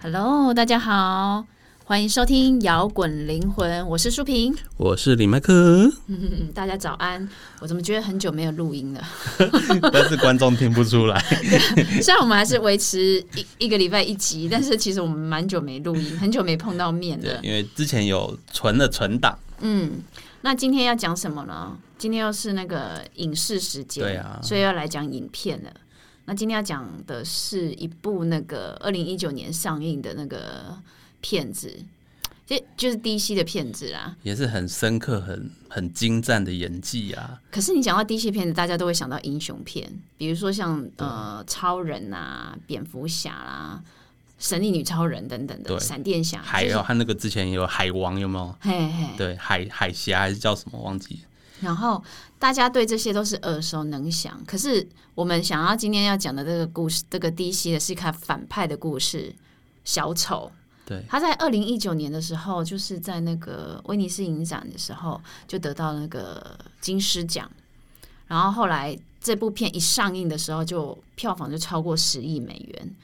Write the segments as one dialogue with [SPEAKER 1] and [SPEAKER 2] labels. [SPEAKER 1] Hello，大家好，欢迎收听《摇滚灵魂》，我是舒萍。
[SPEAKER 2] 我是李麦克，
[SPEAKER 1] 嗯，大家早安。我怎么觉得很久没有录音了？
[SPEAKER 2] 但是观众听不出来。
[SPEAKER 1] 虽然我们还是维持一一个礼拜一集，但是其实我们蛮久没录 音，很久没碰到面
[SPEAKER 2] 对
[SPEAKER 1] 了，。
[SPEAKER 2] 因为之前有存了存档，
[SPEAKER 1] 嗯，那今天要讲什么呢？今天又是那个影视时间，
[SPEAKER 2] 对啊
[SPEAKER 1] 所以要来讲影片了。那今天要讲的是一部那个二零一九年上映的那个片子，这就是 DC 的片子啦。
[SPEAKER 2] 也是很深刻、很很精湛的演技啊。
[SPEAKER 1] 可是你讲到 DC 片子，大家都会想到英雄片，比如说像呃超人啊、蝙蝠侠啦、神力女超人等等的，
[SPEAKER 2] 对
[SPEAKER 1] 闪电侠，
[SPEAKER 2] 还
[SPEAKER 1] 就是
[SPEAKER 2] 有他那个之前也有海王，有没有？
[SPEAKER 1] 嘿嘿。
[SPEAKER 2] 对，海海峡还是叫什么忘记？
[SPEAKER 1] 然后大家对这些都是耳熟能详，可是我们想要今天要讲的这个故事，这个 DC 的是一个反派的故事，小丑。
[SPEAKER 2] 对，
[SPEAKER 1] 他在二零一九年的时候，就是在那个威尼斯影展的时候，就得到那个金狮奖。然后后来这部片一上映的时候，就票房就超过十亿美元。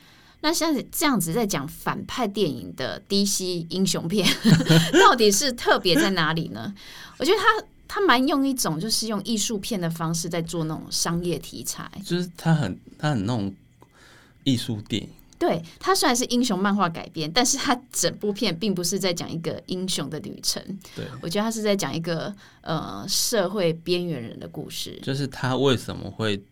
[SPEAKER 1] 那现在这样子在讲反派电影的 DC 英雄片， 到底是特别在哪里呢？我觉得他他蛮用一种就是用艺术片的方式在做那种商业题材。
[SPEAKER 2] 就是他很他很那种艺术电影，
[SPEAKER 1] 对，它虽然是英雄漫画改编，但是它整部片并不是在讲一个英雄的旅程。
[SPEAKER 2] 对，
[SPEAKER 1] 我觉得它是在讲一个呃社会边缘人的故事。
[SPEAKER 2] 就是他为什么会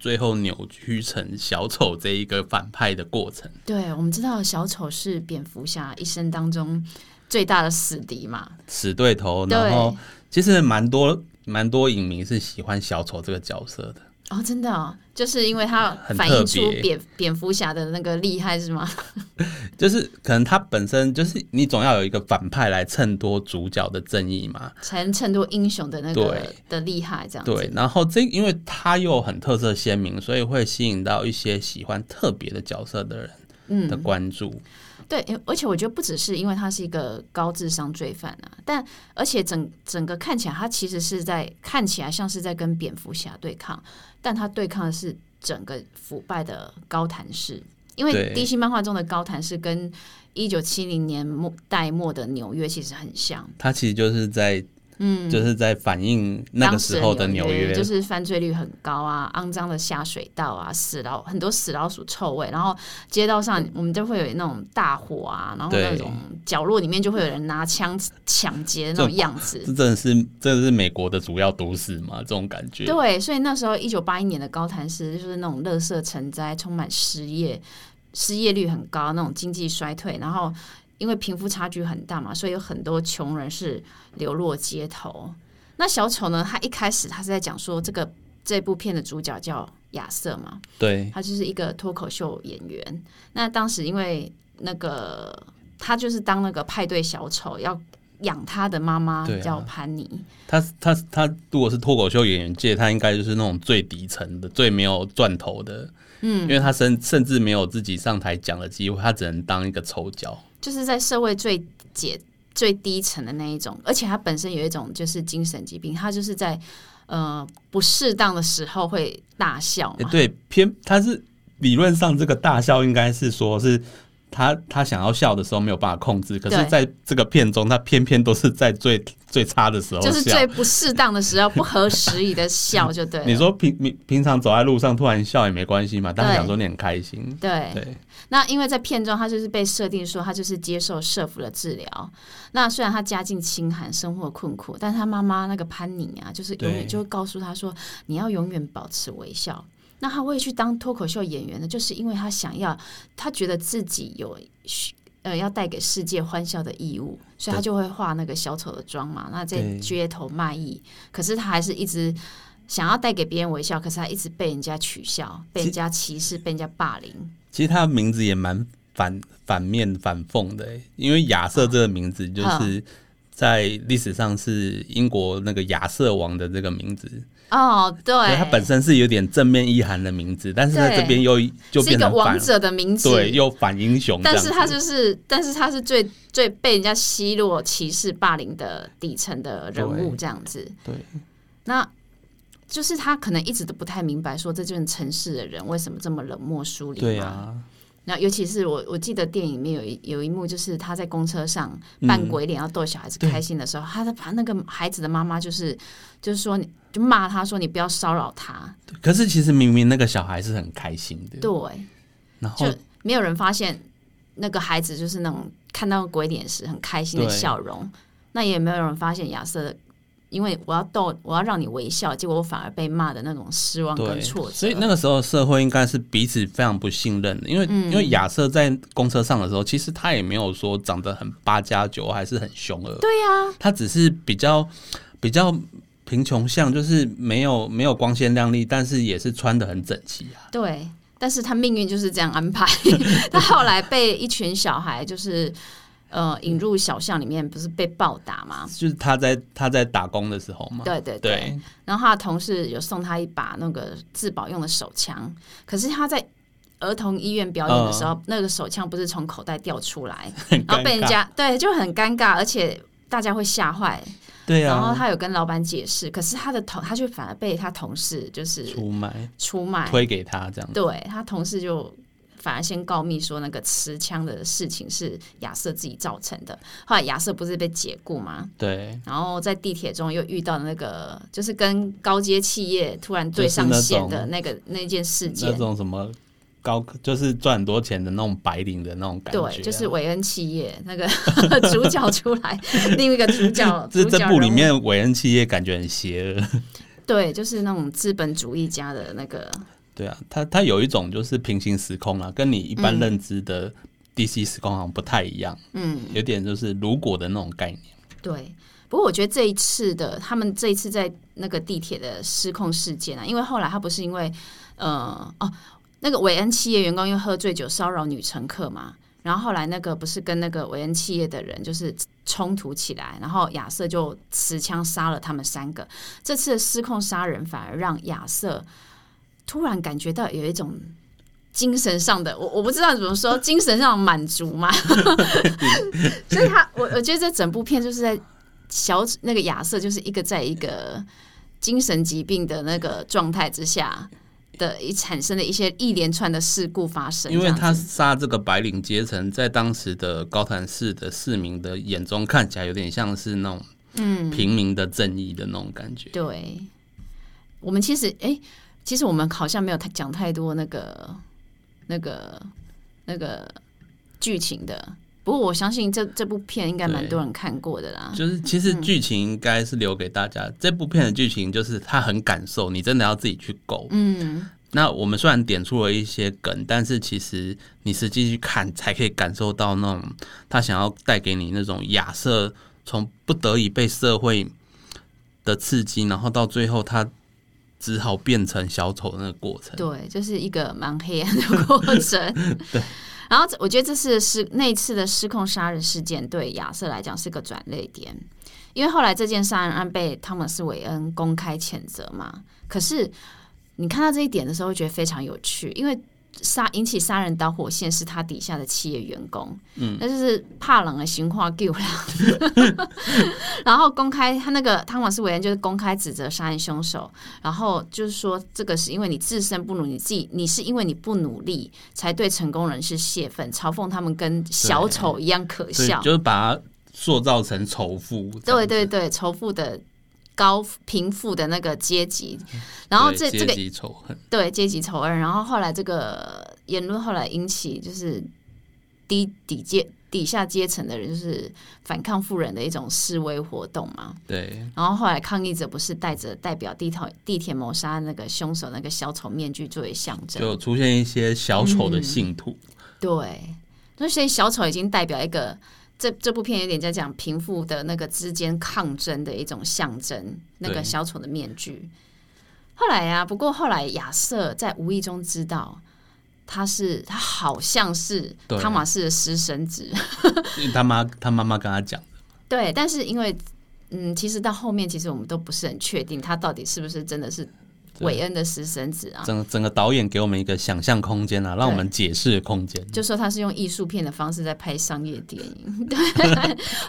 [SPEAKER 2] 最后扭曲成小丑这一个反派的过程。
[SPEAKER 1] 对，我们知道小丑是蝙蝠侠一生当中最大的死敌嘛。
[SPEAKER 2] 死对头，
[SPEAKER 1] 对
[SPEAKER 2] 然后其实蛮多蛮多影迷是喜欢小丑这个角色的，
[SPEAKER 1] 哦，真的哦，就是因为它
[SPEAKER 2] 很
[SPEAKER 1] 反映
[SPEAKER 2] 特
[SPEAKER 1] 出
[SPEAKER 2] 别
[SPEAKER 1] 蝙蝙蝠侠的那个厉害是 吗？
[SPEAKER 2] 就是可能他本身就是你总要有一个反派来衬托主角的正义嘛，
[SPEAKER 1] 才能衬托英雄的那个
[SPEAKER 2] 对
[SPEAKER 1] 的厉害这样子。
[SPEAKER 2] 对，然后这因为他又很特色鲜明，所以会吸引到一些喜欢特别的角色的
[SPEAKER 1] 嗯
[SPEAKER 2] 人的关注，
[SPEAKER 1] 对，诶而且我觉得不只是因为他是一个高智商罪犯啊，但而且整整个看起来他其实是在看起来像是在跟蝙蝠侠对抗，但他对抗的是整个腐败的高谭市，因为
[SPEAKER 2] 对
[SPEAKER 1] DC 漫画中的高谭市跟一九七零年末代末的纽约其实很像。
[SPEAKER 2] 他其实就是在。嗯，就是在反映那个
[SPEAKER 1] 当时
[SPEAKER 2] 时候的
[SPEAKER 1] 纽
[SPEAKER 2] 纽约，
[SPEAKER 1] 就是犯罪率很高啊，肮脏的下水道啊，死老很多死老鼠臭味，然后街道上我们就会有那种大火啊，然后
[SPEAKER 2] 对
[SPEAKER 1] 那种角落里面就会有人拿枪抢劫那种样
[SPEAKER 2] 这
[SPEAKER 1] 子。
[SPEAKER 2] 真的是这是美国的主要都市嘛，这种感觉。
[SPEAKER 1] 对，所以那时候一九八一年的高谭市就是那种垃圾成灾，充满失业，失业率很高，那种经济衰退，然后因为贫富差距很大嘛，所以有很多穷人是流落街头。那小丑呢？他一开始他是在讲说，这个这部片的主角叫亚瑟嘛，
[SPEAKER 2] 对，
[SPEAKER 1] 他就是一个脱口秀演员。那当时因为那个他就是当那个派对小丑，要养他的妈妈
[SPEAKER 2] 对啊
[SPEAKER 1] 叫潘妮，
[SPEAKER 2] 他他他如果是脱口秀演员界，他应该就是那种最底层的、最没有赚头的，嗯，因为他甚甚至没有自己上台讲的机会，他只能当一个丑角，
[SPEAKER 1] 就是在社会最解最低层的那一种，而且他本身有一种就是精神疾病，他就是在呃不适当的时候会大笑
[SPEAKER 2] 诶
[SPEAKER 1] 嘛。
[SPEAKER 2] 对，偏他是理论上这个大笑应该是说是他他想要笑的时候没有办法控制，可是
[SPEAKER 1] 对
[SPEAKER 2] 在这个片中，他偏偏都是在最最差的时候笑。
[SPEAKER 1] 就是最不适当的时候，不合时宜的笑就对了。
[SPEAKER 2] 你说平平平常走在路上突然笑也没关系嘛，大家
[SPEAKER 1] 对
[SPEAKER 2] 想说你很开心，
[SPEAKER 1] 对，
[SPEAKER 2] 对
[SPEAKER 1] 那因为在片中，他就是被设定说他就是接受社服的治疗。那虽然他家境清寒，生活困苦，但他妈妈那个潘妮啊，就是永远
[SPEAKER 2] 对
[SPEAKER 1] 就会告诉他说，你要永远保持微笑。那他会去当脱口秀演员呢，就是因为他想要，他觉得自己有呃要带给世界欢笑的义务，所以他就会化那个小丑的妆嘛，那在
[SPEAKER 2] 对
[SPEAKER 1] 街头卖艺。可是他还是一直想要带给别人微笑，可是他一直被人家取笑，被人家歧视，被人家霸凌。
[SPEAKER 2] 其实他的名字也蛮反反面反讽的欸，因为亚瑟这个名字就是
[SPEAKER 1] 嗯
[SPEAKER 2] 在历史上是英国那个亚瑟王的这个名字，
[SPEAKER 1] 哦，对
[SPEAKER 2] 所以，它本身是有点正面意涵的名字，但是在
[SPEAKER 1] 对
[SPEAKER 2] 这边又就是
[SPEAKER 1] 一
[SPEAKER 2] 变
[SPEAKER 1] 个
[SPEAKER 2] 成
[SPEAKER 1] 王
[SPEAKER 2] 反
[SPEAKER 1] 者的名字，
[SPEAKER 2] 对，又反英雄这
[SPEAKER 1] 但
[SPEAKER 2] 样
[SPEAKER 1] 是
[SPEAKER 2] 子。
[SPEAKER 1] 他就是，但是他是最最被人家奚落、歧视、霸凌的底层的人物
[SPEAKER 2] 对
[SPEAKER 1] 这样子。
[SPEAKER 2] 对，
[SPEAKER 1] 那就是他可能一直都不太明白，说这就是城市的人为什么这么冷漠疏离嘛。
[SPEAKER 2] 对啊，
[SPEAKER 1] 然后尤其是我我记得电影里面有一有一幕，就是他在公车上扮鬼脸要逗小孩子开心的时候，他的把那个孩子的妈妈就是就是说你就骂他说你不要骚扰他，
[SPEAKER 2] 可是其实明明那个小孩是很开心的，
[SPEAKER 1] 对，
[SPEAKER 2] 然后
[SPEAKER 1] 就没有人发现那个孩子就是那种看到鬼脸时很开心的
[SPEAKER 2] 对
[SPEAKER 1] 笑容，那也没有人发现亚瑟。因为我要逗，我要让你微笑，结果我反而被骂的那种失望
[SPEAKER 2] 对
[SPEAKER 1] 跟，挫折。
[SPEAKER 2] 所以那个时候社会应该是彼此非常不信任的，因为、
[SPEAKER 1] 嗯
[SPEAKER 2] 因为亚瑟在公车上的时候，其实他也没有说长得很八加九，还是很凶恶，
[SPEAKER 1] 对啊呀、
[SPEAKER 2] 他只是比较比较贫穷相，就是没有没有光鲜亮丽，但是也是穿的很整齐啊。
[SPEAKER 1] 对，但是他命运就是这样安排。 他后来被一群小孩就是呃引入小巷里面，不是被暴打吗？
[SPEAKER 2] 就是他在他在打工的时候嘛，
[SPEAKER 1] 啊对对对，
[SPEAKER 2] 对
[SPEAKER 1] 然后他的同事有送他一把那个自保用的手枪，可是他在儿童医院表演的时候，那个手枪不是从口袋掉出来，
[SPEAKER 2] 嗯很
[SPEAKER 1] 然后
[SPEAKER 2] 尴
[SPEAKER 1] 被人
[SPEAKER 2] 尬。
[SPEAKER 1] 家对就很尴尬，而且大家会吓坏。
[SPEAKER 2] 对
[SPEAKER 1] 然后
[SPEAKER 2] 啊，
[SPEAKER 1] 他有跟老板解释，可是他的同他却反而被他同事就是
[SPEAKER 2] 出卖
[SPEAKER 1] 出卖，
[SPEAKER 2] 推给他这样，
[SPEAKER 1] 对他同事就反而先告密说那个持枪的事情是亚瑟自己造成的。后来亚瑟不是被解雇吗？
[SPEAKER 2] 对，
[SPEAKER 1] 然后在地铁中又遇到那个，就是跟高阶企业突然对
[SPEAKER 2] 就是
[SPEAKER 1] 上
[SPEAKER 2] 那
[SPEAKER 1] 线
[SPEAKER 2] 种
[SPEAKER 1] 的那个那件事
[SPEAKER 2] 那
[SPEAKER 1] 件，
[SPEAKER 2] 种什么高就是赚很多钱的那种白领的那种感觉啊、
[SPEAKER 1] 对，就是韦恩企业那个 主角出来，另一个主角，
[SPEAKER 2] 这
[SPEAKER 1] 主
[SPEAKER 2] 这
[SPEAKER 1] 角
[SPEAKER 2] 部里
[SPEAKER 1] 人物，
[SPEAKER 2] 面韦恩企业感觉很邪恶，
[SPEAKER 1] 对，就是那种资本主义家的那个，
[SPEAKER 2] 对啊，它它有一种就是平行时空啊，跟你一般认知的 DC 时空好像不太一样，
[SPEAKER 1] 嗯，
[SPEAKER 2] 有点就是如果的那种概念。
[SPEAKER 1] 对，不过我觉得这一次的他们这一次在那个地铁的失控事件啊，因为后来他不是因为呃哦那个韦恩企业员工因为喝醉酒骚扰女乘客嘛，然后后来那个不是跟那个韦恩企业的人就是冲突起来，然后亚瑟就持枪杀了他们三个。这次的失控杀人反而让亚瑟突然感觉到有一种。精神上的，我我不知道怎么说，精神上的满足 嘛，所以他，我我觉得这整部片就是在小那个亚瑟，就是一个在一个精神疾病的那个状态之下的一产生的一些一连串的事故发生，
[SPEAKER 2] 因为
[SPEAKER 1] 这样
[SPEAKER 2] 他杀这个白领阶层，在当时的高谭市的市民的眼中看起来有点像是那种嗯平民的正义的那种感觉。
[SPEAKER 1] 对，我们其实哎、其实我们好像没有太讲太多那个那个那个剧情的。不过我相信这这部片应该蛮
[SPEAKER 2] 对
[SPEAKER 1] 多人看过的啦。
[SPEAKER 2] 就是其实剧情应该是留给大家，这部片的剧情就是它很感受，你真的要自己去勾。
[SPEAKER 1] 嗯，
[SPEAKER 2] 那我们虽然点出了一些梗，但是其实你实际去看才可以感受到那种他想要带给你那种亚瑟从不得已被社会的刺激，然后到最后他只好变成小丑的那个过程。
[SPEAKER 1] 对，就是一个蛮黑暗的过程。 对。然后这我觉得这次是那一次的失控杀人事件对亚瑟来讲是个转捩点，因为后来这件杀人案被汤姆斯·韦恩公开谴责嘛。可是你看到这一点的时候，会觉得非常有趣，因为杀引起杀人导火线是他底下的企业员工，嗯，那就是怕冷的行话救啦。 然后公开他那个汤姆斯·韦恩就是公开指责杀人凶手，然后就是说，这个是因为你自身不努力，你自己你是因为你不努力，才对成功人士泄愤，嘲讽他们跟小丑一样可
[SPEAKER 2] 所以
[SPEAKER 1] 笑。
[SPEAKER 2] 就是把它塑造成仇富。
[SPEAKER 1] 对对对，仇富的高贫富的那个阶级，然后这
[SPEAKER 2] 嗯对
[SPEAKER 1] 这个
[SPEAKER 2] 阶级仇恨，
[SPEAKER 1] 对阶级仇恨，然后后来这个言论后来引起就是低底阶底下阶层的人就是反抗富人的一种示威活动嘛。
[SPEAKER 2] 对
[SPEAKER 1] 然后后来抗议者不是带着代表地头地铁谋杀那个凶手那个小丑面具作为象征，
[SPEAKER 2] 就出现一些小丑的信徒。
[SPEAKER 1] 对，那所以小丑已经代表一个这这部片有点在讲贫富的那个之间抗争的一种象征，那个
[SPEAKER 2] 对
[SPEAKER 1] 小丑的面具。后来啊，不过后来亚瑟在无意中知道。他是他好像是
[SPEAKER 2] 对
[SPEAKER 1] 汤马士的私生子， 嗯
[SPEAKER 2] 因为他妈他妈妈跟他讲，
[SPEAKER 1] 对，但是因为嗯，其实到后面其实我们都不是很确定他到底是不是真的是
[SPEAKER 2] 对
[SPEAKER 1] 韦恩的私生子啊，
[SPEAKER 2] 整整个导演给我们一个想象空间啊，让我们解释的空间。
[SPEAKER 1] 就说他是用艺术片的方式在拍商业电影。 对，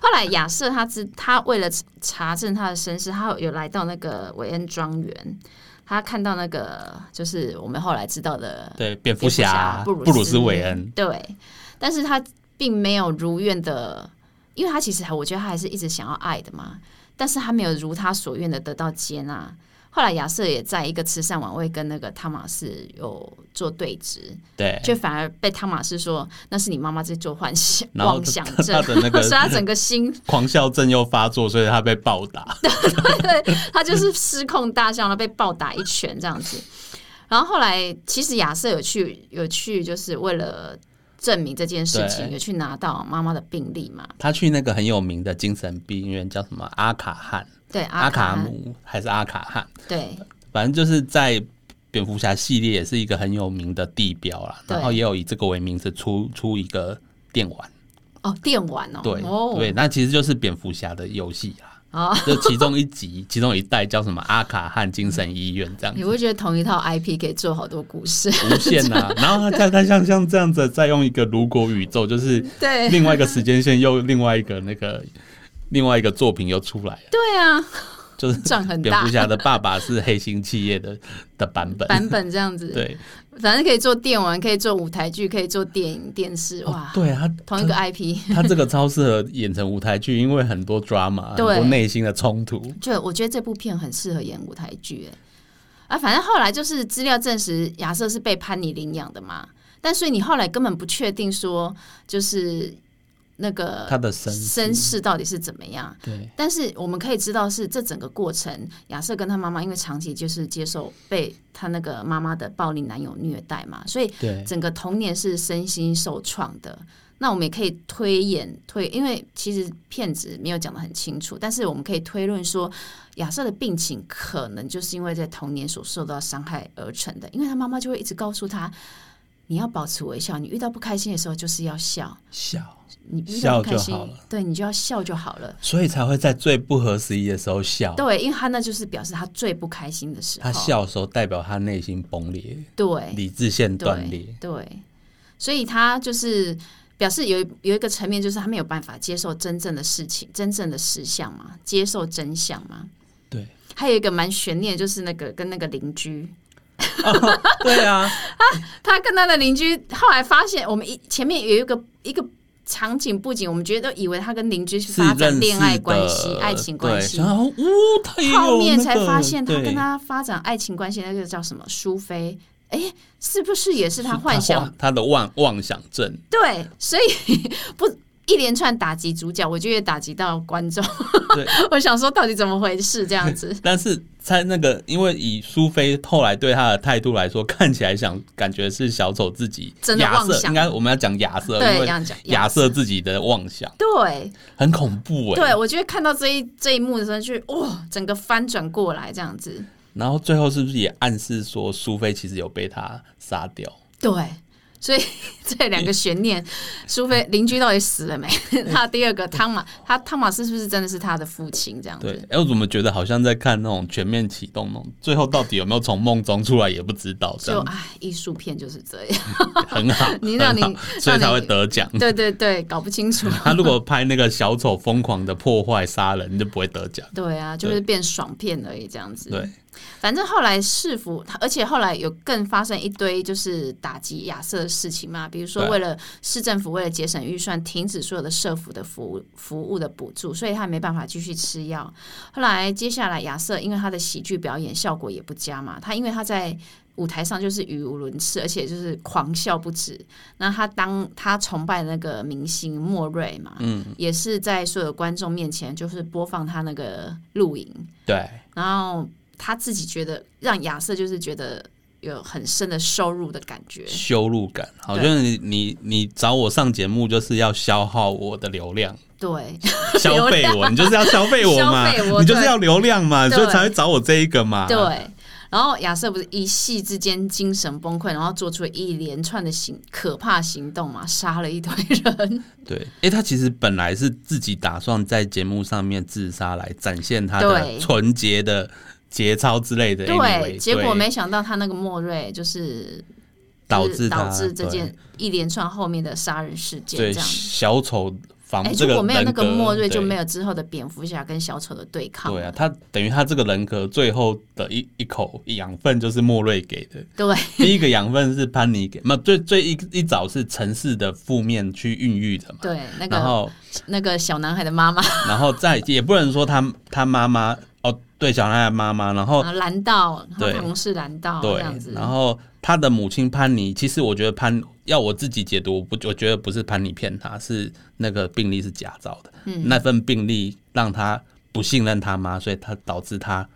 [SPEAKER 1] 后来亚瑟他知他为了查证他的身世，他有来到那个韦恩庄园，他看到那个就是我们后来知道的
[SPEAKER 2] 对，蝙蝠
[SPEAKER 1] 蝙蝠
[SPEAKER 2] 侠、
[SPEAKER 1] 布嗯
[SPEAKER 2] 布鲁斯·韦
[SPEAKER 1] 恩
[SPEAKER 2] 恩，
[SPEAKER 1] 对，但是他并没有如愿的，因为他其实还我觉得他还是一直想要爱的嘛，但是他没有如他所愿的得到接纳。后来亚瑟也在一个慈善晚会跟那个汤马士有做对峙，
[SPEAKER 2] 对，
[SPEAKER 1] 就反而被汤马士说那是你妈妈在做幻想
[SPEAKER 2] 然后
[SPEAKER 1] 妄想
[SPEAKER 2] 他
[SPEAKER 1] 症，
[SPEAKER 2] 的那个
[SPEAKER 1] 所以他整个心
[SPEAKER 2] 狂笑症又发作，所以他被暴打。
[SPEAKER 1] 对他就是失控大笑，然后被暴打一拳这样子。然后后来，其实亚瑟有去有去，就是为了证明这件事情，
[SPEAKER 2] 对
[SPEAKER 1] 有去拿到妈妈的病历嘛？
[SPEAKER 2] 他去那个很有名的精神病院，叫什么阿卡汉、
[SPEAKER 1] 对，
[SPEAKER 2] 阿
[SPEAKER 1] 卡
[SPEAKER 2] 卡姆还是阿卡汉，
[SPEAKER 1] 对
[SPEAKER 2] 反正就是在蝙蝠侠系列也是一个很有名的地标啦。
[SPEAKER 1] 对
[SPEAKER 2] 然后也有以这个为名字出出一个电玩，
[SPEAKER 1] 哦，电玩哦，
[SPEAKER 2] 对、
[SPEAKER 1] 哦
[SPEAKER 2] 对，那其实就是蝙蝠侠的游戏啦。
[SPEAKER 1] 哦，
[SPEAKER 2] 就其中一集，其中一代叫什么阿卡汉精神医院这样
[SPEAKER 1] 你
[SPEAKER 2] 子，
[SPEAKER 1] 会觉得同一套 IP 可以做好多故事？
[SPEAKER 2] 无限啊。然后他他像像这样子，再用一个如果宇宙，就是
[SPEAKER 1] 对
[SPEAKER 2] 另外一个时间线又另外一个那个另外一个作品又出来了，
[SPEAKER 1] 对啊，
[SPEAKER 2] 就是
[SPEAKER 1] 赚很
[SPEAKER 2] 蝙
[SPEAKER 1] 大
[SPEAKER 2] 蝠侠的爸爸是黑心企业的的版本。
[SPEAKER 1] 版本这样子，
[SPEAKER 2] 对
[SPEAKER 1] 反正可以做电玩，可以做舞台剧，可以做电影、电视，哇，
[SPEAKER 2] 对啊，
[SPEAKER 1] 同一个 IP。
[SPEAKER 2] 他这个超适合演成舞台剧，因为很多 drama，很
[SPEAKER 1] 对
[SPEAKER 2] 多内心的冲突。
[SPEAKER 1] 就我觉得这部片很适合演舞台剧，哎，啊，反正后来就是资料证实亚瑟是被潘妮领养的嘛，但所以你后来根本不确定说就是那个
[SPEAKER 2] 他的身
[SPEAKER 1] 身世到底是怎么样，
[SPEAKER 2] 对
[SPEAKER 1] 但是我们可以知道是这整个过程，亚瑟跟他妈妈因为长期就是接受被他那个妈妈的暴力男友虐待嘛，所以
[SPEAKER 2] 对
[SPEAKER 1] 整个童年是身心受创的。那我们也可以推演推，因为其实骗子没有讲得很清楚，但是我们可以推论说，亚瑟的病情可能就是因为在童年所受到伤害而成的，因为他妈妈就会一直告诉他，你要保持微笑，你遇到不开心的时候就是要笑，
[SPEAKER 2] 笑，
[SPEAKER 1] 你遇到不开
[SPEAKER 2] 笑就好
[SPEAKER 1] 心
[SPEAKER 2] 了，
[SPEAKER 1] 对你就要笑就好了。
[SPEAKER 2] 所以才会在最不合时宜的时候笑。
[SPEAKER 1] 对，因为他那就是表示他最不开心的时候，
[SPEAKER 2] 他笑的时候代表他内心崩裂，
[SPEAKER 1] 对，
[SPEAKER 2] 理智线
[SPEAKER 1] 对
[SPEAKER 2] 断裂。
[SPEAKER 1] 对，所以他就是表示有一有一个层面，就是他没有办法接受真正的事情、真正的实相嘛，接受真相嘛。
[SPEAKER 2] 对，
[SPEAKER 1] 还有一个蛮悬念，就是那个跟那个邻居，
[SPEAKER 2] 对啊，
[SPEAKER 1] 他跟他的邻居后来发现，我们一前面有一个一个场景布景，我们觉得都以为他跟邻居是
[SPEAKER 2] 是
[SPEAKER 1] 发展
[SPEAKER 2] 认
[SPEAKER 1] 恋
[SPEAKER 2] 识
[SPEAKER 1] 爱关
[SPEAKER 2] 的
[SPEAKER 1] 系、爱情关
[SPEAKER 2] 对
[SPEAKER 1] 系，
[SPEAKER 2] 然后呜，他也有
[SPEAKER 1] 后面
[SPEAKER 2] 那
[SPEAKER 1] 才
[SPEAKER 2] 个
[SPEAKER 1] 发现他
[SPEAKER 2] 对
[SPEAKER 1] 跟他发展爱情关系那个叫什么苏菲，哎，是不是也是他
[SPEAKER 2] 是
[SPEAKER 1] 幻想
[SPEAKER 2] 他的妄妄想症，
[SPEAKER 1] 对，所以不一连串打击主角，我就也打击到观众。
[SPEAKER 2] 对，
[SPEAKER 1] 我想说到底怎么回事这样 子？
[SPEAKER 2] 但是在那个，因为以苏菲后来对他的态度来说，看起来想感觉是小丑自己
[SPEAKER 1] 真的
[SPEAKER 2] 亚
[SPEAKER 1] 妄
[SPEAKER 2] 瑟，
[SPEAKER 1] 想
[SPEAKER 2] 应该我们要讲亚瑟，
[SPEAKER 1] 对，
[SPEAKER 2] 因
[SPEAKER 1] 这
[SPEAKER 2] 为
[SPEAKER 1] 样讲
[SPEAKER 2] 亚瑟。自己的妄想
[SPEAKER 1] 对
[SPEAKER 2] 很恐怖哎、
[SPEAKER 1] 对，我觉得看到这一这一幕的时候就，哇，整个翻转过来这样子。
[SPEAKER 2] 然后最后是不是也暗示说苏菲其实有被他杀掉？
[SPEAKER 1] 对，所以 这两个悬念，苏菲邻居到底死 了没？他第二个汤马，他汤马斯是不是真的是他的父亲？这样
[SPEAKER 2] 对
[SPEAKER 1] 子，，
[SPEAKER 2] 哎、我怎么觉得好像在看那种全面启动那种，最后到底有没有从梦中出来也不知道，这
[SPEAKER 1] 就
[SPEAKER 2] 样
[SPEAKER 1] 唉，艺术片就是这样。
[SPEAKER 2] 很好，
[SPEAKER 1] 你让你
[SPEAKER 2] 很好所以才
[SPEAKER 1] 让
[SPEAKER 2] 会
[SPEAKER 1] 你
[SPEAKER 2] 得奖。
[SPEAKER 1] 对对对，搞不清楚。
[SPEAKER 2] 他如果拍那个小丑疯狂的破坏杀人，你就不会得奖。
[SPEAKER 1] 对啊，就是变爽片而已，这样子。
[SPEAKER 2] 对，
[SPEAKER 1] 反正后来市府，而且后来有更发生一堆就是打击亚瑟的事情嘛，比如说
[SPEAKER 2] 对
[SPEAKER 1] 为了市政府为了节省预算，停止所有的社服的服务服务的补助，所以他没办法继续吃药。后来接下来亚瑟因为他的喜剧表演效果也不佳嘛，他因为他在。舞台上就是语无伦次，而且就是狂笑不止。那他当他崇拜的那个明星莫瑞嘛，嗯，也是在所有观众面前就是播放他那个录影，
[SPEAKER 2] 对，
[SPEAKER 1] 然后他自己觉得让亚瑟就是觉得有很深的收入的感觉，
[SPEAKER 2] 羞辱感，好，就
[SPEAKER 1] 对
[SPEAKER 2] 是你你你找我上节目就是要消耗我的 流量，
[SPEAKER 1] 对
[SPEAKER 2] 消费我，你就是要消费我嘛，
[SPEAKER 1] 消费我
[SPEAKER 2] 你就是要流量嘛，
[SPEAKER 1] 对
[SPEAKER 2] 所以才会找我这一个嘛。
[SPEAKER 1] 对。然后亚瑟不是一夕之间精神崩溃，然后做出了一连串的行可怕行动嘛，杀了一堆人。
[SPEAKER 2] 对，哎、他其实本来是自己打算在节目上面自杀来展现他的
[SPEAKER 1] 对
[SPEAKER 2] 纯洁的节操之类的 anyway，对，
[SPEAKER 1] 结果没想到他那个莫瑞就是
[SPEAKER 2] 导
[SPEAKER 1] 就是
[SPEAKER 2] 致他
[SPEAKER 1] 导致这
[SPEAKER 2] 对
[SPEAKER 1] 件一连串后面的杀人事件
[SPEAKER 2] 对
[SPEAKER 1] 这样子。
[SPEAKER 2] 小丑防
[SPEAKER 1] 哎，
[SPEAKER 2] 这
[SPEAKER 1] 如
[SPEAKER 2] 个
[SPEAKER 1] 果没有那
[SPEAKER 2] 人
[SPEAKER 1] 个
[SPEAKER 2] 格
[SPEAKER 1] 莫瑞，就
[SPEAKER 2] 对
[SPEAKER 1] 没有之后的蝙蝠侠跟小丑的对抗。
[SPEAKER 2] 对啊，他等于他这个人格最后的一一口养分就是莫瑞给的。
[SPEAKER 1] 对，
[SPEAKER 2] 第一个养分是潘尼给，那最最一一早是城市的负面去孕育的嘛。
[SPEAKER 1] 对，那
[SPEAKER 2] 然
[SPEAKER 1] 个
[SPEAKER 2] 后，
[SPEAKER 1] 那个小男孩的妈妈，
[SPEAKER 2] 然后再也不能说他他妈妈哦，对，小男孩的妈妈，然后
[SPEAKER 1] 然后蓝道，他
[SPEAKER 2] 对
[SPEAKER 1] 同事蓝道这
[SPEAKER 2] 对
[SPEAKER 1] 样，子，
[SPEAKER 2] 然后他的母亲潘妮，其实我觉得潘要我自己解读，我不我觉得不是潘妮骗他，是那个病例是假造的，
[SPEAKER 1] 嗯
[SPEAKER 2] 那份病例让他不信任他妈，所以他导致他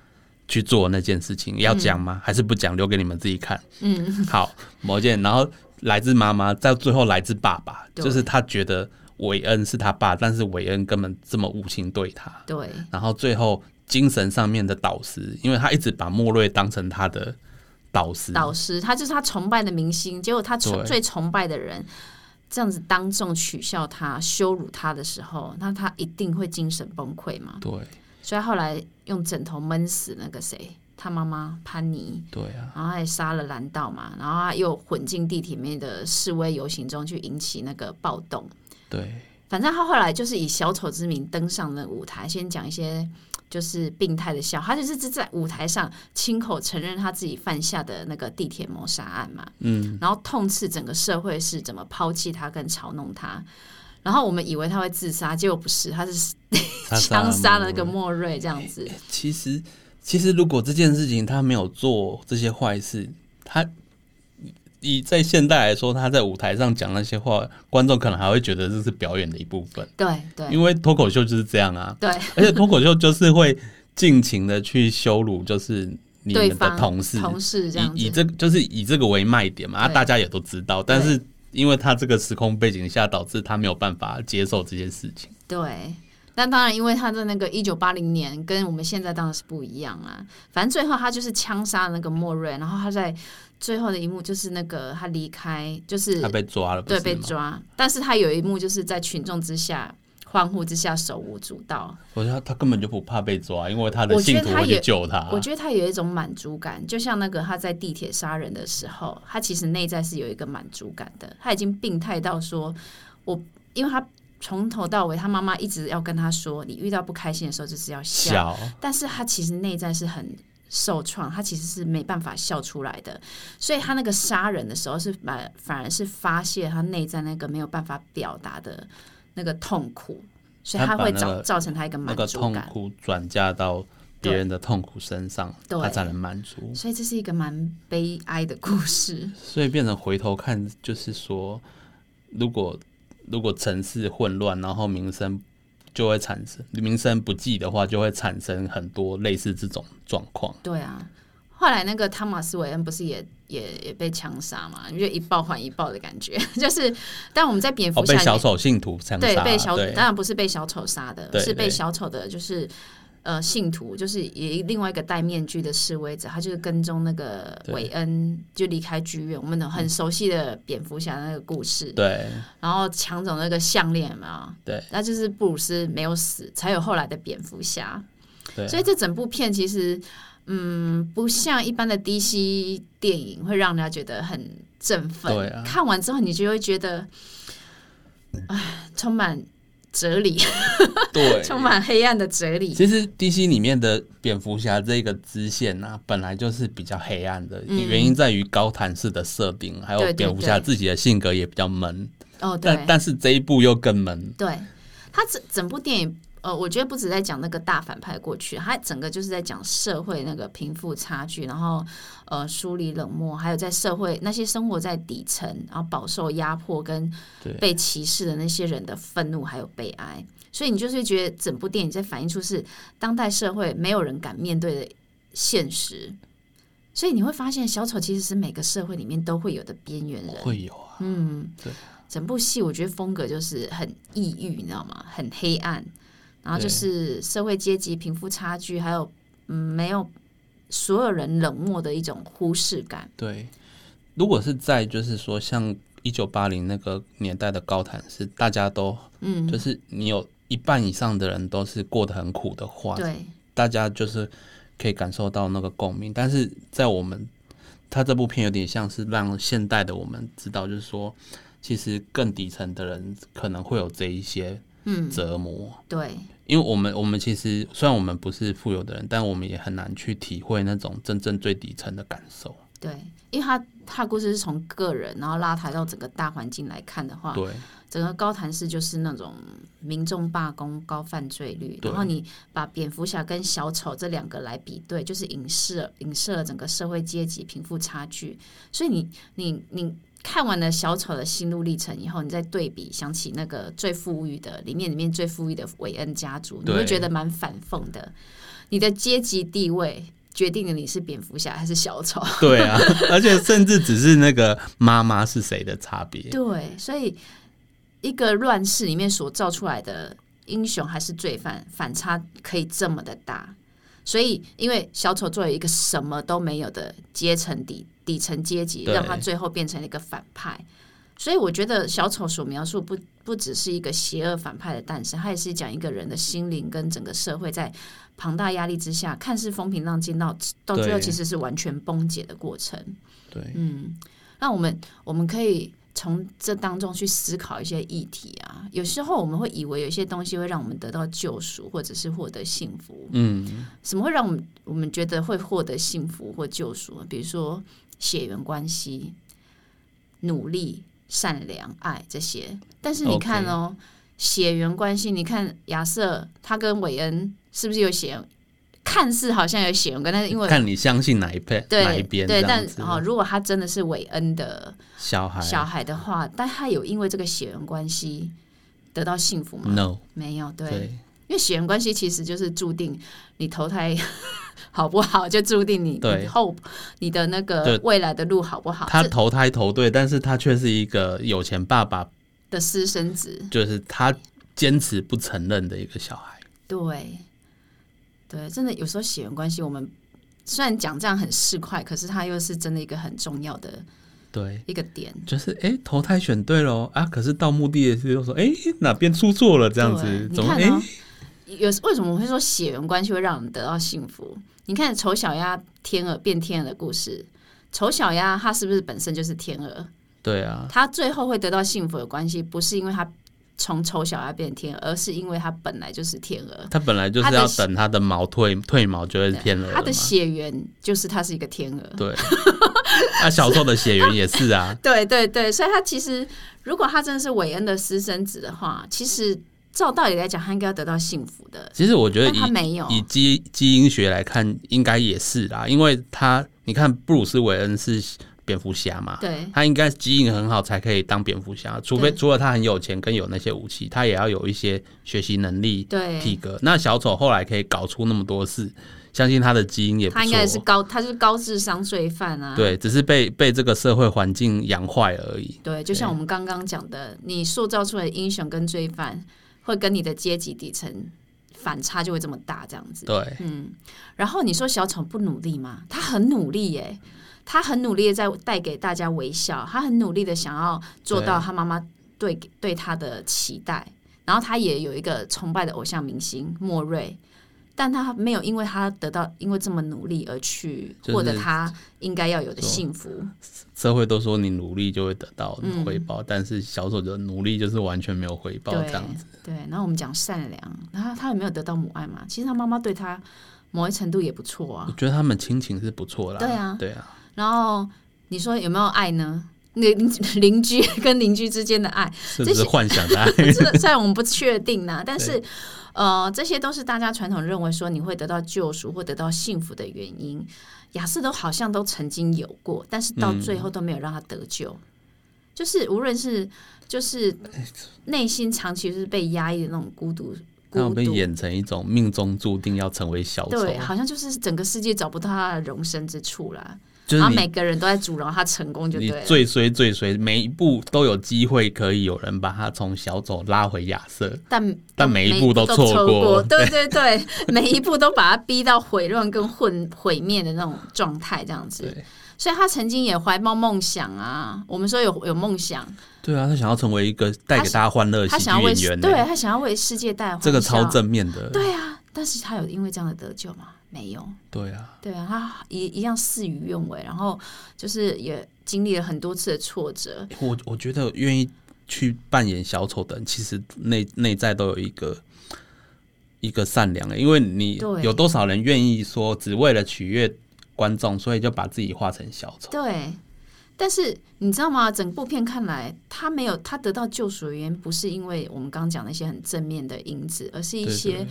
[SPEAKER 2] 去做那件事情，要讲
[SPEAKER 1] 嗯
[SPEAKER 2] 吗？还是不讲？留给你们自己看。嗯，好，某件，然后来自妈妈，在最后来自爸爸，
[SPEAKER 1] 对
[SPEAKER 2] 就是他觉得韦恩是他爸，但是韦恩根本这么无情对他。
[SPEAKER 1] 对
[SPEAKER 2] 然后最后精神上面的导师，因为他一直把莫瑞当成他的导师，
[SPEAKER 1] 导师，他就是他崇拜的明星，结果他崇
[SPEAKER 2] 对
[SPEAKER 1] 最崇拜的人这样子当众取笑他、羞辱他的时候，那他一定会精神崩溃嘛。
[SPEAKER 2] 对
[SPEAKER 1] 所以他后来用枕头闷死那个谁，他妈妈潘妮，
[SPEAKER 2] 对啊，
[SPEAKER 1] 然后还杀了蓝道嘛，然后他又混进地铁里面的示威游行中去引起那个暴动。
[SPEAKER 2] 对
[SPEAKER 1] 反正他后来就是以小丑之名登上了舞台，先讲一些就是病态的笑，他就是在舞台上亲口承认他自己犯下的那个地铁谋杀案嘛，嗯，然后痛斥整个社会是怎么抛弃他跟嘲弄他。然后我们以为他会自杀，结果不是，他是
[SPEAKER 2] 他
[SPEAKER 1] 枪杀了那个
[SPEAKER 2] 莫
[SPEAKER 1] 莫瑞这样子
[SPEAKER 2] 瑞。。其实其实如果这件事情他没有做这些坏事，他以在现代来说，他在舞台上讲那些话，观众可能还会觉得这是表演的一部分，
[SPEAKER 1] 对对
[SPEAKER 2] 因为脱口秀就是这样啊，
[SPEAKER 1] 对，
[SPEAKER 2] 而且脱口秀就是会尽情的去羞辱，就是。你
[SPEAKER 1] 对
[SPEAKER 2] 们
[SPEAKER 1] 方
[SPEAKER 2] 的同事、
[SPEAKER 1] 同事这样
[SPEAKER 2] 以以
[SPEAKER 1] 子。
[SPEAKER 2] 这就是以这个为卖点嘛，啊、
[SPEAKER 1] 对
[SPEAKER 2] 大家也都知道，但是因为他这个时空背景下，导致他没有办法接受这件事情。
[SPEAKER 1] 对，那当然，因为他的那个一九八零年跟我们现在当然是不一样啦。反正最后他就是枪杀了那个莫瑞，然后他在最后的一幕就是那个他离开，就是
[SPEAKER 2] 他被抓了，不
[SPEAKER 1] 对
[SPEAKER 2] 是
[SPEAKER 1] 被
[SPEAKER 2] 吗？
[SPEAKER 1] 抓，但是他有一幕就是在群众之下。欢呼之下手舞足蹈，
[SPEAKER 2] 我觉得他根本就不怕被抓，因为他的
[SPEAKER 1] 我觉
[SPEAKER 2] 信
[SPEAKER 1] 得
[SPEAKER 2] 徒
[SPEAKER 1] 他
[SPEAKER 2] 会去
[SPEAKER 1] 也
[SPEAKER 2] 救他。
[SPEAKER 1] 我觉得他有一种满足感，就像那个他在地铁杀人的时候，他其实内在是有一个满足感的。他已经病态到说，我因为他从头到尾，他妈妈一直要跟他说，你遇到不开心的时候就是要笑，
[SPEAKER 2] 笑，
[SPEAKER 1] 但是他其实内在是很受创，他其实是没办法笑出来的，所以他那个杀人的时候是反反而是发泄他内在那个没有办法表达的那个痛苦，所以
[SPEAKER 2] 他
[SPEAKER 1] 他
[SPEAKER 2] 把
[SPEAKER 1] 会
[SPEAKER 2] 那
[SPEAKER 1] 造
[SPEAKER 2] 个
[SPEAKER 1] 造成他一个
[SPEAKER 2] 那
[SPEAKER 1] 满
[SPEAKER 2] 个
[SPEAKER 1] 足
[SPEAKER 2] 痛
[SPEAKER 1] 感，
[SPEAKER 2] 苦转嫁到别人的痛苦身上，
[SPEAKER 1] 对
[SPEAKER 2] 他才能满足。
[SPEAKER 1] 所以这是一个蛮悲哀的故 事。
[SPEAKER 2] 所以变成回头看，就是说，如果如果城市混乱，然后民生就会产生民生不济的话，就会产生很多类似这种状况。
[SPEAKER 1] 对啊，后来那个汤马斯韦恩不是也也也被枪杀嘛，就一报还一报的感觉， 就是但我们在蝙
[SPEAKER 2] 哦，
[SPEAKER 1] 蝠侠
[SPEAKER 2] 被
[SPEAKER 1] 里面
[SPEAKER 2] 小丑信徒枪杀，
[SPEAKER 1] 对，被小
[SPEAKER 2] 对
[SPEAKER 1] 当然不是被小丑杀的，
[SPEAKER 2] 对
[SPEAKER 1] 是被
[SPEAKER 2] 对
[SPEAKER 1] 小丑的，就是呃信徒，就是也另外一个戴面具的示威者，他就是跟踪那个
[SPEAKER 2] 对嗯
[SPEAKER 1] 韦恩就离开剧院，我们很熟悉的蝙蝠侠那个故事，
[SPEAKER 2] 对
[SPEAKER 1] 然后抢走那个项链嘛，
[SPEAKER 2] 对，
[SPEAKER 1] 那就是布鲁斯没有死，才有后来的蝙蝠侠，
[SPEAKER 2] 对啊
[SPEAKER 1] 所以这整部片其实。嗯，不像一般的 DC 电影会让人家觉得很振奋。
[SPEAKER 2] 对啊
[SPEAKER 1] 看完之后，你就会觉得，唉，充满哲理，
[SPEAKER 2] 对
[SPEAKER 1] 充满黑暗的哲理。
[SPEAKER 2] 其实 DC 里面的蝙蝠侠这个支线啊，本来就是比较黑暗的，
[SPEAKER 1] 嗯
[SPEAKER 2] 原因在于高谭市的设定，还
[SPEAKER 1] 对对
[SPEAKER 2] 有蝙蝠侠
[SPEAKER 1] 对
[SPEAKER 2] 自己的性格也比较闷，
[SPEAKER 1] 哦，对
[SPEAKER 2] 但，但是这一部又更闷。
[SPEAKER 1] 对，他整整部电影，呃，我觉得不止在讲那个大反派过去，他整个就是在讲社会那个贫富差距，然后呃疏离冷漠，还有在社会那些生活在底层，然后饱受压迫跟
[SPEAKER 2] 对
[SPEAKER 1] 被歧视的那些人的愤怒还有悲哀。所以你就是会觉得整部电影在反映出是当代社会没有人敢面对的现实。所以你会发现，小丑其实是每个社会里面都会有的边缘人。
[SPEAKER 2] 会有啊，
[SPEAKER 1] 嗯，
[SPEAKER 2] 对。
[SPEAKER 1] 整部戏我觉得风格就是很抑郁，你知道吗？很黑暗，然后就是社会阶级、贫富差距，还有嗯没有所有人冷漠的一种忽视感。
[SPEAKER 2] 对。如果是在就是说像一九八零那个年代的高谭市，大家都
[SPEAKER 1] 嗯，
[SPEAKER 2] 就是你有一半以上的人都是过得很苦的话，
[SPEAKER 1] 对
[SPEAKER 2] 大家就是可以感受到那个共鸣。但是在我们，他这部片有点像是让现代的我们知道，就是说，其实更底层的人可能会有这一些
[SPEAKER 1] 嗯，
[SPEAKER 2] 折磨。
[SPEAKER 1] 对，
[SPEAKER 2] 因为我们我们其实虽然我们不是富有的人，但我们也很难去体会那种真正最底层的感受。
[SPEAKER 1] 对，因为他他的故事是从个人，然后拉抬到整个大环境来看的话，
[SPEAKER 2] 对
[SPEAKER 1] 整个高谭市就是那种民众罢工、高犯罪率，
[SPEAKER 2] 对
[SPEAKER 1] 然后你把蝙蝠侠跟小丑这两个来比对，就是影射影射了整个社会阶级贫富差距。所以你你你看完了小丑的心路历程以后，你再对比想起那个最富裕的里面里面最富裕的韦恩家族，你
[SPEAKER 2] 对
[SPEAKER 1] 会觉得蛮反讽的。你的阶级地位决定了你是蝙蝠侠还是小丑。
[SPEAKER 2] 对啊，而且甚至只是那个妈妈是谁的差别。
[SPEAKER 1] 对，所以一个乱世里面所造出来的英雄还是罪犯，反差可以这么的大。所以，因为小丑作为一个什么都没有的阶层底底层阶级，
[SPEAKER 2] 对
[SPEAKER 1] 让他最后变成了一个反派。所以，我觉得小丑所描述不不只是一个邪恶反派的诞生，他也是讲一个人的心灵跟整个社会在庞大压力之下，看似风平浪静，到到最后
[SPEAKER 2] 对
[SPEAKER 1] 其实是完全崩解的过程。
[SPEAKER 2] 对，
[SPEAKER 1] 嗯，那我们我们可以从这当中去思考一些议题啊。有时候我们会以为有一些东西会让我们得到救赎，或者是获得幸福。
[SPEAKER 2] 嗯，
[SPEAKER 1] 什么会让我们我们觉得会获得幸福或救赎呢？比如说血缘关系、努力、善良、爱这些。但是你看哦血缘关系，你看亚瑟他跟韦恩是不是有血缘？看似好像有血缘关，但是因为
[SPEAKER 2] 看你相信哪一边，
[SPEAKER 1] 对
[SPEAKER 2] 哪一边这
[SPEAKER 1] 对，但
[SPEAKER 2] 样子。
[SPEAKER 1] 哦，如果他真的是韦恩的
[SPEAKER 2] 小孩
[SPEAKER 1] 小孩的话，但他有因为这个血缘关系得到幸福吗？
[SPEAKER 2] ，no，
[SPEAKER 1] 没有，对，
[SPEAKER 2] 嗯对
[SPEAKER 1] 因为血缘关系其实就是注定你投胎 好不好，就注定你
[SPEAKER 2] 对
[SPEAKER 1] 你后你的那
[SPEAKER 2] 对
[SPEAKER 1] 个未来的路好不好，
[SPEAKER 2] 他
[SPEAKER 1] 这
[SPEAKER 2] 投胎投对，但是他却是一个有钱爸爸，
[SPEAKER 1] 的私生子，
[SPEAKER 2] 就是他坚持不承认的一个小孩。
[SPEAKER 1] 对，对，真的有时候血缘关系我们。虽然讲这样很市侩，可是它又是真的一个很重要的
[SPEAKER 2] 对，
[SPEAKER 1] 一个点。
[SPEAKER 2] 就是哎、诶投胎选对喽啊，可是到目的地又说哎、诶哪边出错了这样
[SPEAKER 1] 对
[SPEAKER 2] 子，
[SPEAKER 1] 你
[SPEAKER 2] 怎么
[SPEAKER 1] 看
[SPEAKER 2] 哎、
[SPEAKER 1] 哦有为什么我会说血缘关系会让人得到幸福？你看丑小鸭天鹅变天鹅的故事，丑小鸭它是不是本身就是天鹅？
[SPEAKER 2] 对啊，
[SPEAKER 1] 它最后会得到幸福的关系，不是因为它从丑小鸭变天鹅，而是因为它本来就是天鹅，
[SPEAKER 2] 他本来就
[SPEAKER 1] 他
[SPEAKER 2] 是
[SPEAKER 1] 的
[SPEAKER 2] 要
[SPEAKER 1] 血
[SPEAKER 2] 等他的毛退退毛就会偏了
[SPEAKER 1] 它的
[SPEAKER 2] 嘛
[SPEAKER 1] 血缘就是它是一个天鹅。
[SPEAKER 2] 对，啊，小受的血缘也是 啊，
[SPEAKER 1] 对对对，所以它其实如果它真的是韦恩的私生子的话，其实照道理来讲，它应该要得到幸福的，
[SPEAKER 2] 其实我觉得
[SPEAKER 1] 但
[SPEAKER 2] 以
[SPEAKER 1] 它没有。
[SPEAKER 2] 以基基因学来看，应该也是啦，因为他你看布鲁斯韦恩是蝙蝠侠嘛，
[SPEAKER 1] 对
[SPEAKER 2] 他应该基因很好才可以当蝙蝠侠，除非
[SPEAKER 1] 对
[SPEAKER 2] 除了他很有钱跟有那些武器，他也要有一些学习能力、体
[SPEAKER 1] 对，
[SPEAKER 2] 格。那小丑后来可以搞出那么多事，相信他的基因也不错。哦
[SPEAKER 1] 它应该是高，它就是高智商罪犯啊。
[SPEAKER 2] 对，只是被被这个社会环境养坏而已。
[SPEAKER 1] 对，就像我们刚刚讲的，你塑造出来的英雄跟罪犯，会跟你的阶级底层反差就会这么大，这样子。
[SPEAKER 2] 对，
[SPEAKER 1] 嗯，然后你说小丑不努力吗？他很努力耶、他很努力的在带给大家微笑，他很努力的想要做到他妈妈对对他的期待，然后他也有一个崇拜的偶像明星莫瑞。但他没有因为他得到因为这么努力而去
[SPEAKER 2] 就是
[SPEAKER 1] 获得他应该要有的
[SPEAKER 2] 说
[SPEAKER 1] 幸福，
[SPEAKER 2] 社会都说你努力就会得到
[SPEAKER 1] 嗯
[SPEAKER 2] 回报，但是小丑的努力就是完全没有回报
[SPEAKER 1] 对
[SPEAKER 2] 这样子。
[SPEAKER 1] 对，然后我们讲善良，然后他有没有得到母爱嘛？其实他妈妈对他某一程度也不错
[SPEAKER 2] 我
[SPEAKER 1] 啊。
[SPEAKER 2] 觉得他们亲情是不错啦。
[SPEAKER 1] 对啊
[SPEAKER 2] 对啊，
[SPEAKER 1] 然后你说有没有爱呢？邻邻居 跟邻居之间的爱，
[SPEAKER 2] 是
[SPEAKER 1] 这
[SPEAKER 2] 不
[SPEAKER 1] 些
[SPEAKER 2] 是幻 想的啊爱？
[SPEAKER 1] 这虽然我们不确定呐、但是呃，这些都是大家传统认为说你会得到救赎或得到幸福的原因。亚瑟都好像都曾经有过，但是到最后都没有让他得救。就是无论是就是
[SPEAKER 2] 哎
[SPEAKER 1] 内心长期就是被压抑的那种孤独，
[SPEAKER 2] 他们
[SPEAKER 1] 孤
[SPEAKER 2] 被
[SPEAKER 1] 独
[SPEAKER 2] 演成一种命中注定要成为小丑
[SPEAKER 1] 对，，啊好像就是整个世界找不到他的容身之处啦。
[SPEAKER 2] 就
[SPEAKER 1] 然后
[SPEAKER 2] 是你
[SPEAKER 1] 每个人都在阻挠他成功，就
[SPEAKER 2] 你
[SPEAKER 1] 对了。
[SPEAKER 2] 最衰最衰，每一步都有机会可以有人把他从小丑拉回亚瑟，
[SPEAKER 1] 但
[SPEAKER 2] 但每一步都
[SPEAKER 1] 都
[SPEAKER 2] 错
[SPEAKER 1] 错
[SPEAKER 2] 过
[SPEAKER 1] 对对对，每一步都把他逼到毁乱跟混 毁灭的那种状态，这样子。
[SPEAKER 2] 对
[SPEAKER 1] 所以他曾经也怀抱梦想啊，我们说有有梦想，
[SPEAKER 2] 对啊，他想要成为一个带给大家欢乐的
[SPEAKER 1] 他
[SPEAKER 2] 喜剧
[SPEAKER 1] 想要为
[SPEAKER 2] 演员呢、
[SPEAKER 1] 对他想要为世界带来
[SPEAKER 2] 这
[SPEAKER 1] 欢
[SPEAKER 2] 个
[SPEAKER 1] 笑
[SPEAKER 2] 超正面的，
[SPEAKER 1] 对啊，但是他有因为这样的得救吗？没有。
[SPEAKER 2] 对啊，
[SPEAKER 1] 对啊，他一一样事与愿违，然后就是也经历了很多次的挫折，
[SPEAKER 2] 我我觉得愿意去扮演小丑的人，其实内内在都有一个一个善良的，欸因为你
[SPEAKER 1] 对
[SPEAKER 2] 有多少人愿意说只为了取悦观众，所以就把自己画成小丑？
[SPEAKER 1] 对，但是你知道吗？整部片看来，他没有他得到救赎的原因，不是因为我们刚刚讲那些很正面的因子，而是一
[SPEAKER 2] 对
[SPEAKER 1] 些
[SPEAKER 2] 对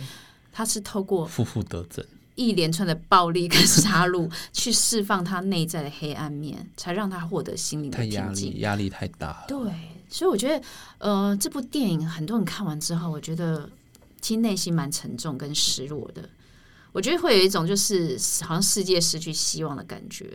[SPEAKER 1] 他是透过
[SPEAKER 2] 负负得正，
[SPEAKER 1] 一连串的暴力跟杀戮去释放他内在的黑暗面，才让他获得心灵的
[SPEAKER 2] 太压
[SPEAKER 1] 平静。
[SPEAKER 2] 力，压力太大了。
[SPEAKER 1] 对，所以我觉得，呃，这部电影很多人看完之后，我觉得其实内心蛮沉重跟失落的。我觉得会有一种就是好像世界失去希望的感觉，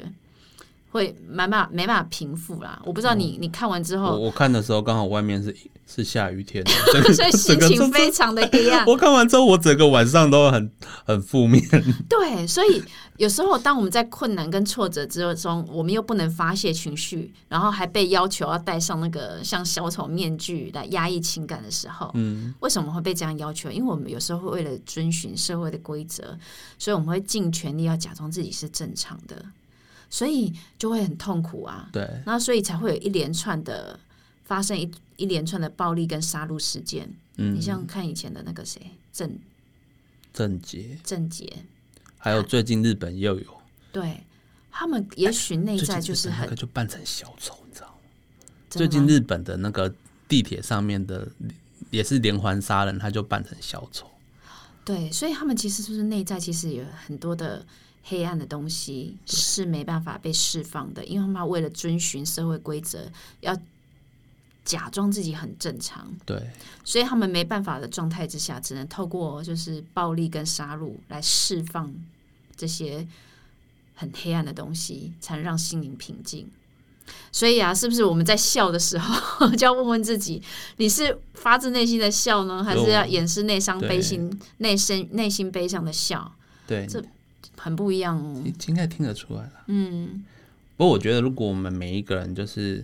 [SPEAKER 1] 会没办法没办法平复啦。我不知道
[SPEAKER 2] 嗯
[SPEAKER 1] 你、你看完之
[SPEAKER 2] 我
[SPEAKER 1] 后，
[SPEAKER 2] 我看的时候刚好外面是是下雨天，
[SPEAKER 1] 所以
[SPEAKER 2] 整
[SPEAKER 1] 心
[SPEAKER 2] 个
[SPEAKER 1] 情非常 的黑暗。
[SPEAKER 2] 我看完之后，我整个晚上都很很负面。
[SPEAKER 1] 对，所以有时候当我们在困难跟挫折之中，我们又不能发泄情绪，然后还被要求要戴上那个像小丑面具来压抑情感的时候，嗯，为什么会被这样要求？因为我们有时候会为了遵循社会的规则，所以我们会尽全力要假装自己是正常的，所以就会很痛苦啊。
[SPEAKER 2] 对，
[SPEAKER 1] 那所以才会有一连串的发生一一连串的暴力跟杀戮事件。
[SPEAKER 2] 嗯
[SPEAKER 1] 你，像看以前的那个谁，郑
[SPEAKER 2] 郑杰，
[SPEAKER 1] 郑杰，
[SPEAKER 2] 还有最近日本又有，
[SPEAKER 1] 对他们，也许内
[SPEAKER 2] 最近
[SPEAKER 1] 在
[SPEAKER 2] 日
[SPEAKER 1] 就是
[SPEAKER 2] 本那
[SPEAKER 1] 很
[SPEAKER 2] 个就扮成小丑，你知道吗？哎
[SPEAKER 1] 真
[SPEAKER 2] 最
[SPEAKER 1] 的
[SPEAKER 2] 近
[SPEAKER 1] 吗
[SPEAKER 2] 日本的那个地铁上面的也是连环杀人，他就扮成小丑。
[SPEAKER 1] 对，所以他们其实就是内在其实有很多的黑暗的东西是没办法被释放的，因为他们为了遵循社会规则，要假装自己很正常，
[SPEAKER 2] 对，
[SPEAKER 1] 所以他们没办法的状态之下，只能透过就是暴力跟杀戮来释放这些很黑暗的东西，才能让心灵平静。所以啊，是不是我们在笑的时候就要问问自己，你是发自内心的笑呢，还是要掩饰内伤、
[SPEAKER 2] 对
[SPEAKER 1] 悲心、内心内心悲伤的笑？
[SPEAKER 2] 对，
[SPEAKER 1] 这很不一样哦。
[SPEAKER 2] 你应该听得出来了。
[SPEAKER 1] 嗯，
[SPEAKER 2] 不过我觉得，如果我们每一个人就是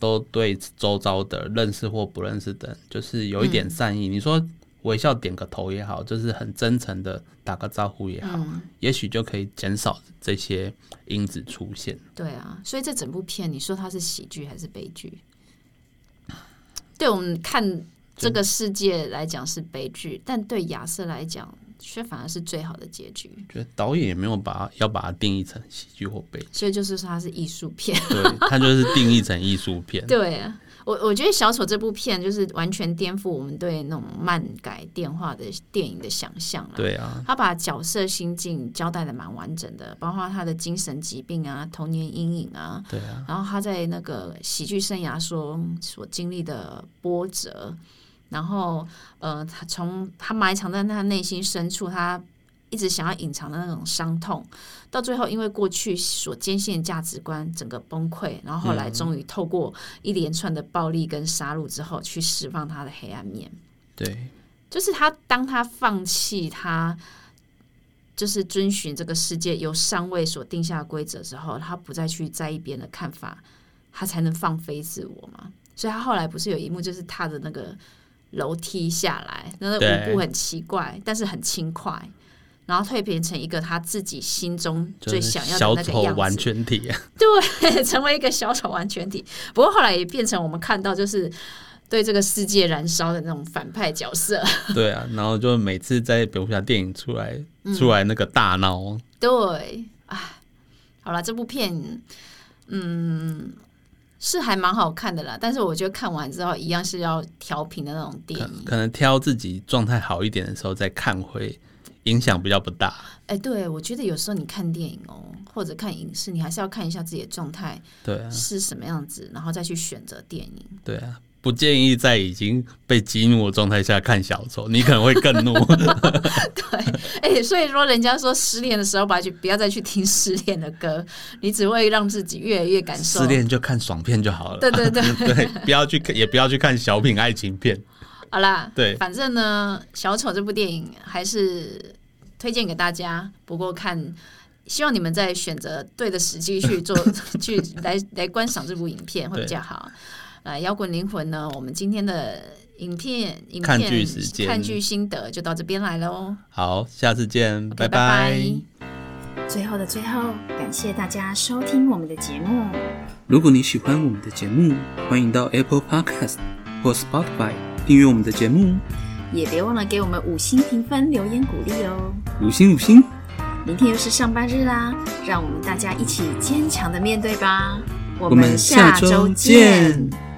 [SPEAKER 2] 都对周遭的认识或不认识的人，就是有一点善意，你说微笑点个头也好，就是很真诚的打个招呼也好，
[SPEAKER 1] 嗯，
[SPEAKER 2] 也许就可以减少这些因子出现。
[SPEAKER 1] 对啊。所以这整部片，你说它是喜剧还是悲剧？对我们看这个世界来讲是悲剧，但对亚瑟来讲，却反而是最好的结局。，
[SPEAKER 2] 觉得导演也没有把它要把它定义成喜剧或悲
[SPEAKER 1] 所以就是说它是艺术片。
[SPEAKER 2] 对，它就是定义成艺术片。
[SPEAKER 1] 对啊我，我觉得《小丑》这部片就是完全颠覆我们对那种漫改电话的电影的想象了。
[SPEAKER 2] 对啊，
[SPEAKER 1] 他把角色心境交代的蛮完整的，包括他的精神疾病啊、童年阴影啊，
[SPEAKER 2] 对啊，
[SPEAKER 1] 然后他在那个喜剧生涯所所经历的波折，然后呃，他从他埋藏在他内心深处，他一直想要隐藏的那种伤痛，到最后因为过去所坚信的价值观整个崩溃，然后后
[SPEAKER 2] 嗯
[SPEAKER 1] 来终于透过一连串的暴力跟杀戮之后，去释放他的黑暗面。
[SPEAKER 2] 对
[SPEAKER 1] 就是他，当他放弃他，就是遵循这个世界由上位所定下的规则之后，他不再去在意别人的看法，他才能放飞自我嘛。所以他后来不是有一幕，就是踏着那个楼梯下来，那个
[SPEAKER 2] 对
[SPEAKER 1] 舞步很奇怪，但是很轻快，然后蜕变成一个他自己心中
[SPEAKER 2] 就
[SPEAKER 1] 最
[SPEAKER 2] 是
[SPEAKER 1] 想要
[SPEAKER 2] 小
[SPEAKER 1] 的那
[SPEAKER 2] 丑
[SPEAKER 1] 个样
[SPEAKER 2] 完
[SPEAKER 1] 子。
[SPEAKER 2] 全体啊，
[SPEAKER 1] 对， 成为一个小丑完全体。不过后来也变成我们看到，就是对这个世界燃烧的那种反派角色。
[SPEAKER 2] 对啊，然后就每次在蝙蝠侠电影出来
[SPEAKER 1] 嗯
[SPEAKER 2] 出来那个大闹，
[SPEAKER 1] 对，哎，好啦，这部片，嗯，是还蛮好看的啦，但是我觉得看完之后一样是要调频的那种电
[SPEAKER 2] 可
[SPEAKER 1] 影。
[SPEAKER 2] 可能挑自己状态好一点的时候再看会影响比较不大。
[SPEAKER 1] 哎、对，我觉得有时候你看电影哦，或者看影视，你还是要看一下自己的状态
[SPEAKER 2] 对啊，
[SPEAKER 1] 是什么样子，然后再去选择电影。
[SPEAKER 2] 对啊。不建议在已经被激怒的状态下看小丑，你可能会更 怒。
[SPEAKER 1] 哎、所以说人家说失恋的时候，不要去不要再去听失恋的歌，你只会让自己越来越感受
[SPEAKER 2] 失。恋就看爽片就好了。
[SPEAKER 1] 对对啊对，
[SPEAKER 2] 对， 不要去看，也不要去看小品爱情片。
[SPEAKER 1] 好啦，
[SPEAKER 2] 对
[SPEAKER 1] 反正呢，《小丑》这部电影还是推荐给大家。不过看，希望你们在选择对的时机去做， 去来来观赏这部影片会比较好。呃，摇滚灵魂呢，我们今天的影片影片
[SPEAKER 2] 看剧时间
[SPEAKER 1] 看剧心得就到这边来喽。
[SPEAKER 2] 好，下次见，
[SPEAKER 1] OK，
[SPEAKER 2] 拜
[SPEAKER 1] 拜
[SPEAKER 3] 最后的最后，感谢大家收听我们的节目，
[SPEAKER 2] 如果你喜欢我们的节目，欢迎到 Apple Podcast、或 Spotify 订阅我们的节目，
[SPEAKER 1] 也别忘了给我们五星评分、留言鼓励哦。
[SPEAKER 2] 五星五星。
[SPEAKER 1] 明天又是上班日啦，让我们大家一起坚强的面对吧。我
[SPEAKER 2] 我们
[SPEAKER 1] 们
[SPEAKER 2] 下
[SPEAKER 1] 下
[SPEAKER 2] 周
[SPEAKER 1] 周
[SPEAKER 2] 见
[SPEAKER 1] 见。